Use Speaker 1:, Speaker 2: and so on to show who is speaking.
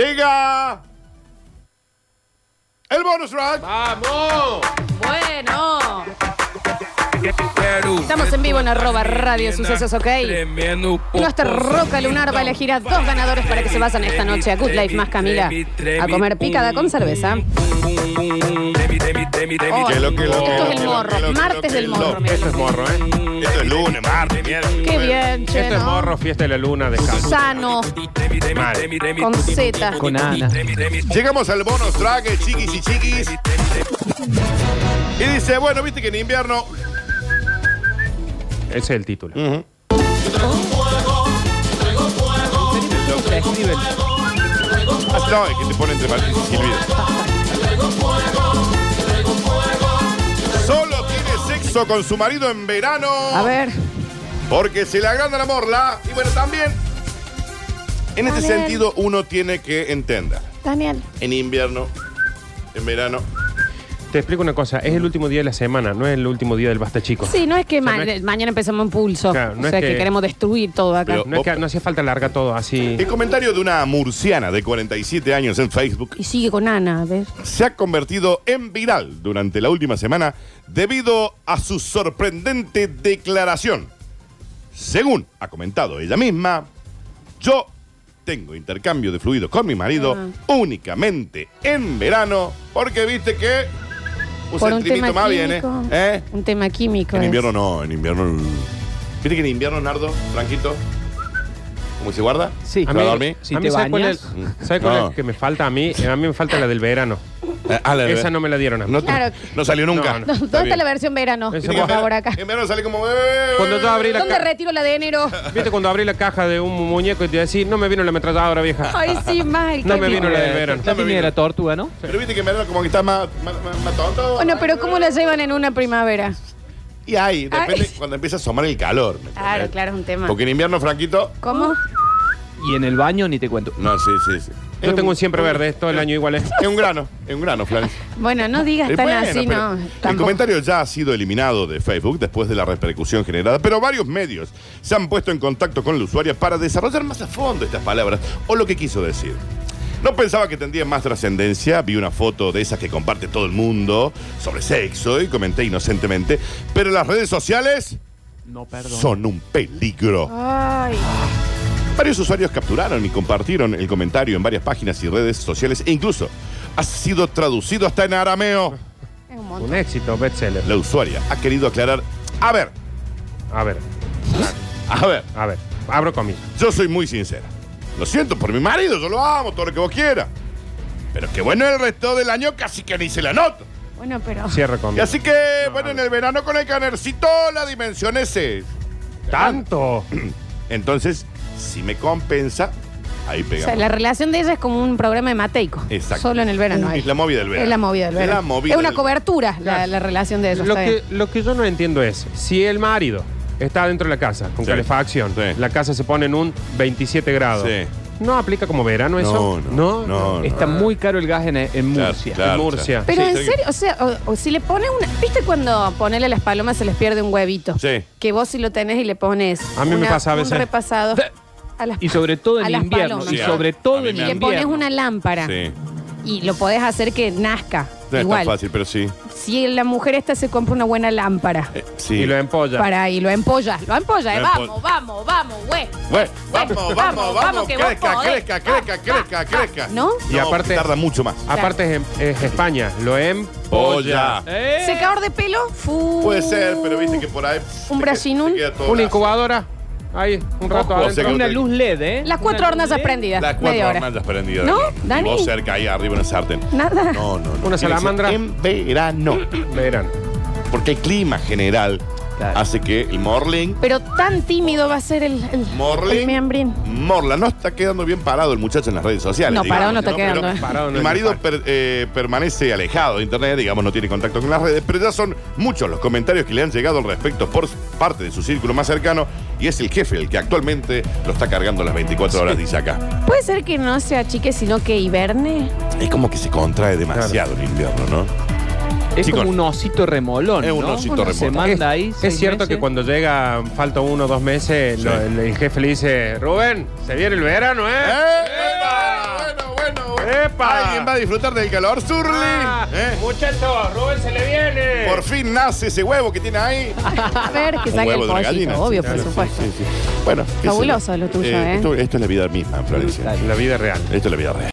Speaker 1: Llega el bonus track.
Speaker 2: ¡Vamos!
Speaker 3: Bueno. Estamos en vivo en arroba radio sucesos, ok.
Speaker 2: Tremendo
Speaker 3: Nuestra Roca Lunar va a elegir a dos ganadores para que se vayan esta noche a Good Life más Camila a comer picada con cerveza. Oh,
Speaker 1: Que lo, que lo, que
Speaker 3: esto
Speaker 1: lo,
Speaker 3: es
Speaker 1: que
Speaker 3: el
Speaker 1: lo,
Speaker 3: morro,
Speaker 1: que lo, que
Speaker 3: martes
Speaker 1: lo,
Speaker 3: del
Speaker 1: que
Speaker 3: morro.
Speaker 1: lo.
Speaker 3: mira.
Speaker 2: Esto es morro, ¿eh?
Speaker 1: Esto es lunes, martes, miércoles.
Speaker 3: Qué bien, che,
Speaker 2: Esto es
Speaker 3: ¿no?
Speaker 2: este morro, fiesta de la luna, descanso.
Speaker 3: Sano,
Speaker 2: Mal.
Speaker 3: con Z.
Speaker 4: Con Ana.
Speaker 1: Llegamos al bonus track, el chiquis y chiquis. Y dice, bueno, viste que en invierno.
Speaker 2: Ese es el título.
Speaker 4: Lo que escribe el-
Speaker 1: Ah, No, es que te pone entre paréntesis y olvida. Solo tiene sexo con su marido en verano.
Speaker 3: A ver.
Speaker 1: Porque se le agranda la morla. Y bueno, también. En este
Speaker 3: Daniel.
Speaker 1: sentido, uno tiene que entender.
Speaker 3: Daniel.
Speaker 1: En invierno, en verano.
Speaker 2: Te explico una cosa, es el último día de la semana, no es el último día del basta chico.
Speaker 3: Sí, no es que
Speaker 2: O sea,
Speaker 3: ma-
Speaker 2: no es-
Speaker 3: mañana empezamos en pulso.
Speaker 2: Claro, no
Speaker 3: o
Speaker 2: es
Speaker 3: sea, que...
Speaker 2: que-
Speaker 3: queremos destruir todo acá.
Speaker 1: Pero-
Speaker 2: No es que no hacía falta larga todo así.
Speaker 1: El comentario de una murciana de 47 años en Facebook
Speaker 3: Y sigue con Ana, a ver.
Speaker 1: se ha convertido en viral durante la última semana debido a su sorprendente declaración. Según ha comentado ella misma, yo tengo intercambio de fluidos con mi marido
Speaker 3: Ah.
Speaker 1: únicamente en verano porque viste que un
Speaker 3: Por un
Speaker 1: centimito
Speaker 3: tema
Speaker 1: más viene.
Speaker 3: químico.
Speaker 1: ¿eh?
Speaker 3: Un tema químico.
Speaker 1: En
Speaker 3: es.
Speaker 1: invierno no, en invierno. no. Viste que en invierno, Nardo, Franquito, ¿cómo se guarda?
Speaker 4: Sí.
Speaker 1: ¿Se va a dormir?
Speaker 4: Si
Speaker 2: a
Speaker 4: te
Speaker 2: mí, ¿sabes cuál es,
Speaker 4: bañas.
Speaker 2: ¿sabe cuál
Speaker 1: No.
Speaker 2: es que me falta a mí? A mí me falta la del verano.
Speaker 1: Eh, ah, la-
Speaker 2: Esa no me la dieron a mí.
Speaker 1: No,
Speaker 3: Claro.
Speaker 1: no salió nunca.
Speaker 2: No, no.
Speaker 3: No,
Speaker 1: Está
Speaker 3: ¿Dónde está,
Speaker 1: bien.
Speaker 3: la versión verano?
Speaker 2: Ese
Speaker 1: Viste
Speaker 3: Por
Speaker 1: que en
Speaker 3: favor,
Speaker 1: verano-
Speaker 3: acá.
Speaker 1: En verano sale como. "Eh,
Speaker 2: Cuando yo abrí la
Speaker 3: ¿Dónde
Speaker 2: ca-
Speaker 3: retiro la de enero?
Speaker 2: ¿Viste cuando abrí la caja de un muñeco y te decís, no me vino la ametralladora vieja?
Speaker 3: Ay, sí, mal.
Speaker 2: No
Speaker 3: qué
Speaker 2: me
Speaker 3: bien.
Speaker 2: vino la del verano.
Speaker 4: La línea de la Eh, tortuga, ¿no?
Speaker 1: eh". Pero viste que en verano como que está más, más, más- más tonto.
Speaker 3: Bueno, pero ¿cómo la llevan en una primavera?
Speaker 1: Y ahí, depende
Speaker 3: Ay.
Speaker 1: cuando empieza a asomar el calor. ¿me entendés?
Speaker 3: es un tema.
Speaker 1: Porque en invierno, Franquito.
Speaker 3: ¿Cómo?
Speaker 4: Y en el baño ni te cuento.
Speaker 1: No, sí, sí, sí.
Speaker 2: Yo tengo un siempre verde, todo el año igual es.
Speaker 1: Es un grano, es un grano, Flan.
Speaker 3: Bueno, no digas
Speaker 1: Eh,
Speaker 3: tan
Speaker 1: bueno,
Speaker 3: así,
Speaker 1: pero
Speaker 3: no.
Speaker 1: El
Speaker 3: Tampoco.
Speaker 1: comentario ya ha sido eliminado de Facebook después de la repercusión generada, pero varios medios se han puesto en contacto con la usuaria para desarrollar más a fondo estas palabras o lo que quiso decir. No pensaba que tendría más trascendencia, vi una foto de esas que comparte todo el mundo sobre sexo y comenté inocentemente, pero las redes sociales
Speaker 4: No, perdón.
Speaker 1: son un peligro.
Speaker 3: Ay,
Speaker 1: Varios usuarios capturaron y compartieron el comentario en varias páginas y redes sociales e incluso ha sido traducido hasta en arameo.
Speaker 3: es un montón.
Speaker 2: Un éxito, bestseller.
Speaker 1: La usuaria ha querido aclarar, a ver,
Speaker 2: A ver,
Speaker 1: a ver,
Speaker 2: a ver, abro comillas.
Speaker 1: yo soy muy sincera. Lo siento por mi marido, yo lo amo, todo lo que vos quieras. Pero que bueno, el resto del año casi que ni se la nota.
Speaker 3: Bueno, pero.
Speaker 2: Cierro
Speaker 1: Y
Speaker 2: comillas.
Speaker 1: así que, bueno, en el verano con el canercito la dimensión ese.
Speaker 2: ¿Tanto?
Speaker 1: Entonces, si me compensa, ahí
Speaker 3: O sea,
Speaker 1: pegamos.
Speaker 3: la relación de ella es como un programa de Mateico.
Speaker 1: Exacto.
Speaker 3: Solo en el verano. hay.
Speaker 1: Es la movida del verano.
Speaker 3: Es la movida del verano.
Speaker 1: Es la movida
Speaker 3: Es una
Speaker 1: del-
Speaker 3: cobertura la, la relación de ellos.
Speaker 2: Lo
Speaker 3: está
Speaker 2: que,
Speaker 3: bien.
Speaker 2: lo que yo no entiendo es, si el marido está dentro de la casa, con
Speaker 1: Sí.
Speaker 2: calefacción,
Speaker 1: Sí.
Speaker 2: la casa se pone en un 27 grados,
Speaker 1: Sí.
Speaker 2: ¿no aplica como verano eso?
Speaker 1: No, no, no, no.
Speaker 2: Ah.
Speaker 4: Está muy caro el gas en, en
Speaker 1: Claro,
Speaker 4: Murcia.
Speaker 1: claro, claro.
Speaker 2: Murcia.
Speaker 3: Pero
Speaker 1: Sí,
Speaker 3: en
Speaker 1: tranquilo.
Speaker 3: serio, o sea, o, o si le pones una. ¿Viste cuando ponerle a las palomas se les pierde un huevito?
Speaker 1: Sí.
Speaker 3: Que vos si lo tenés y le pones.
Speaker 2: A mí me
Speaker 3: una-
Speaker 2: pasa a veces.
Speaker 3: Un repasado. A las,
Speaker 4: Y sobre todo
Speaker 3: a
Speaker 4: en
Speaker 3: las
Speaker 4: invierno.
Speaker 3: palomas.
Speaker 4: Y
Speaker 1: Sí,
Speaker 4: sobre
Speaker 1: a- a mí
Speaker 4: todo en
Speaker 1: me
Speaker 3: Y le
Speaker 1: encanta.
Speaker 4: invierno.
Speaker 3: pones una lámpara.
Speaker 1: Sí.
Speaker 3: Y lo podés hacer que nazca.
Speaker 1: No es tan
Speaker 3: Igual.
Speaker 1: fácil, pero sí.
Speaker 3: Si la mujer esta se compra una buena lámpara.
Speaker 1: Eh, sí.
Speaker 2: Y lo empolla.
Speaker 3: Para ahí, lo empolla, lo empolla, eh.
Speaker 1: Lo
Speaker 3: vamos,
Speaker 1: empolla.
Speaker 3: vamos, vamos, güey.
Speaker 1: Bueno, vamos,
Speaker 3: Vamos,
Speaker 1: vamos,
Speaker 3: vamos,
Speaker 1: vamos,
Speaker 3: que vos
Speaker 1: crezca,
Speaker 3: podés. Ah,
Speaker 1: crezca, crezca, crezca, crezca.
Speaker 3: ¿No?
Speaker 2: Y aparte-
Speaker 1: tarda mucho más.
Speaker 2: Aparte es, en- es España, lo empolla.
Speaker 4: ¡Eh!
Speaker 3: Secador de pelo, fu.
Speaker 1: Puede ser, pero viste que por ahí.
Speaker 3: Un
Speaker 1: te
Speaker 3: brasinun.
Speaker 1: queda- te queda todo
Speaker 2: Una
Speaker 1: grasa.
Speaker 2: incubadora, ahí, un rato
Speaker 4: Ojo,
Speaker 2: adentro.
Speaker 1: secador
Speaker 4: una
Speaker 1: de-
Speaker 4: luz LED, ¿eh?
Speaker 3: Las cuatro
Speaker 4: Una
Speaker 3: hornas
Speaker 4: luz LED.
Speaker 3: aprendidas.
Speaker 1: Las
Speaker 3: media
Speaker 1: cuatro
Speaker 3: hora.
Speaker 1: hornallas prendidas.
Speaker 3: ¿No?
Speaker 1: Y
Speaker 3: Dani.
Speaker 1: vos cerca ahí arriba una sartén.
Speaker 3: Nada.
Speaker 1: No, no, no.
Speaker 2: Una salamandra.
Speaker 1: En verano.
Speaker 2: Verano.
Speaker 1: Porque el clima general
Speaker 4: Claro.
Speaker 1: hace que el morling.
Speaker 3: Pero tan tímido va a ser el, el,
Speaker 1: Morling.
Speaker 3: el miembrín.
Speaker 1: Morla, no está quedando bien parado el muchacho en las redes sociales.
Speaker 3: No,
Speaker 1: digamos,
Speaker 3: parado no está quedando,
Speaker 1: Pero
Speaker 3: eh.
Speaker 2: Parado no
Speaker 1: el
Speaker 2: es
Speaker 1: marido
Speaker 2: ni
Speaker 1: per- eh, permanece alejado de internet, digamos, no tiene contacto con las redes, pero ya son muchos los comentarios que le han llegado al respecto por parte de su círculo más cercano y es el jefe el que actualmente lo está cargando las 24 horas, dice acá.
Speaker 3: Puede ser que no se achique, sino que hiberne.
Speaker 1: Es como que se contrae demasiado el invierno, ¿no?
Speaker 4: Es
Speaker 1: Chicos.
Speaker 4: como un osito remolón.
Speaker 1: Es un
Speaker 4: ¿no?
Speaker 1: osito
Speaker 4: Uno Se
Speaker 1: remolón.
Speaker 4: manda ahí.
Speaker 2: Es,
Speaker 4: seis
Speaker 2: cierto
Speaker 4: meses.
Speaker 2: que cuando llega, falta uno o dos meses,
Speaker 1: Sí.
Speaker 2: lo- el, el jefe le dice, Rubén, se viene el verano, ¿eh?
Speaker 1: ¡Eh! Bueno, bueno,
Speaker 2: ¡Epa!
Speaker 1: Alguien va a disfrutar del calor, Surly.
Speaker 2: Ah,
Speaker 1: ¿Eh?
Speaker 2: Muchachos, Rubén se le viene.
Speaker 1: Por fin nace ese huevo que tiene ahí.
Speaker 3: A ver, que
Speaker 1: Un
Speaker 3: saque el
Speaker 1: huevo de una
Speaker 3: pollito,
Speaker 1: gallina,
Speaker 3: obvio,
Speaker 1: sí,
Speaker 3: por
Speaker 1: claro,
Speaker 3: supuesto.
Speaker 1: sí, sí, sí. Bueno, qué sé yo.
Speaker 3: Fabuloso lo tuyo, ¿eh?
Speaker 1: Esto, esto es la vida misma, Florencia.
Speaker 2: La vida real.
Speaker 1: Esto es la vida real.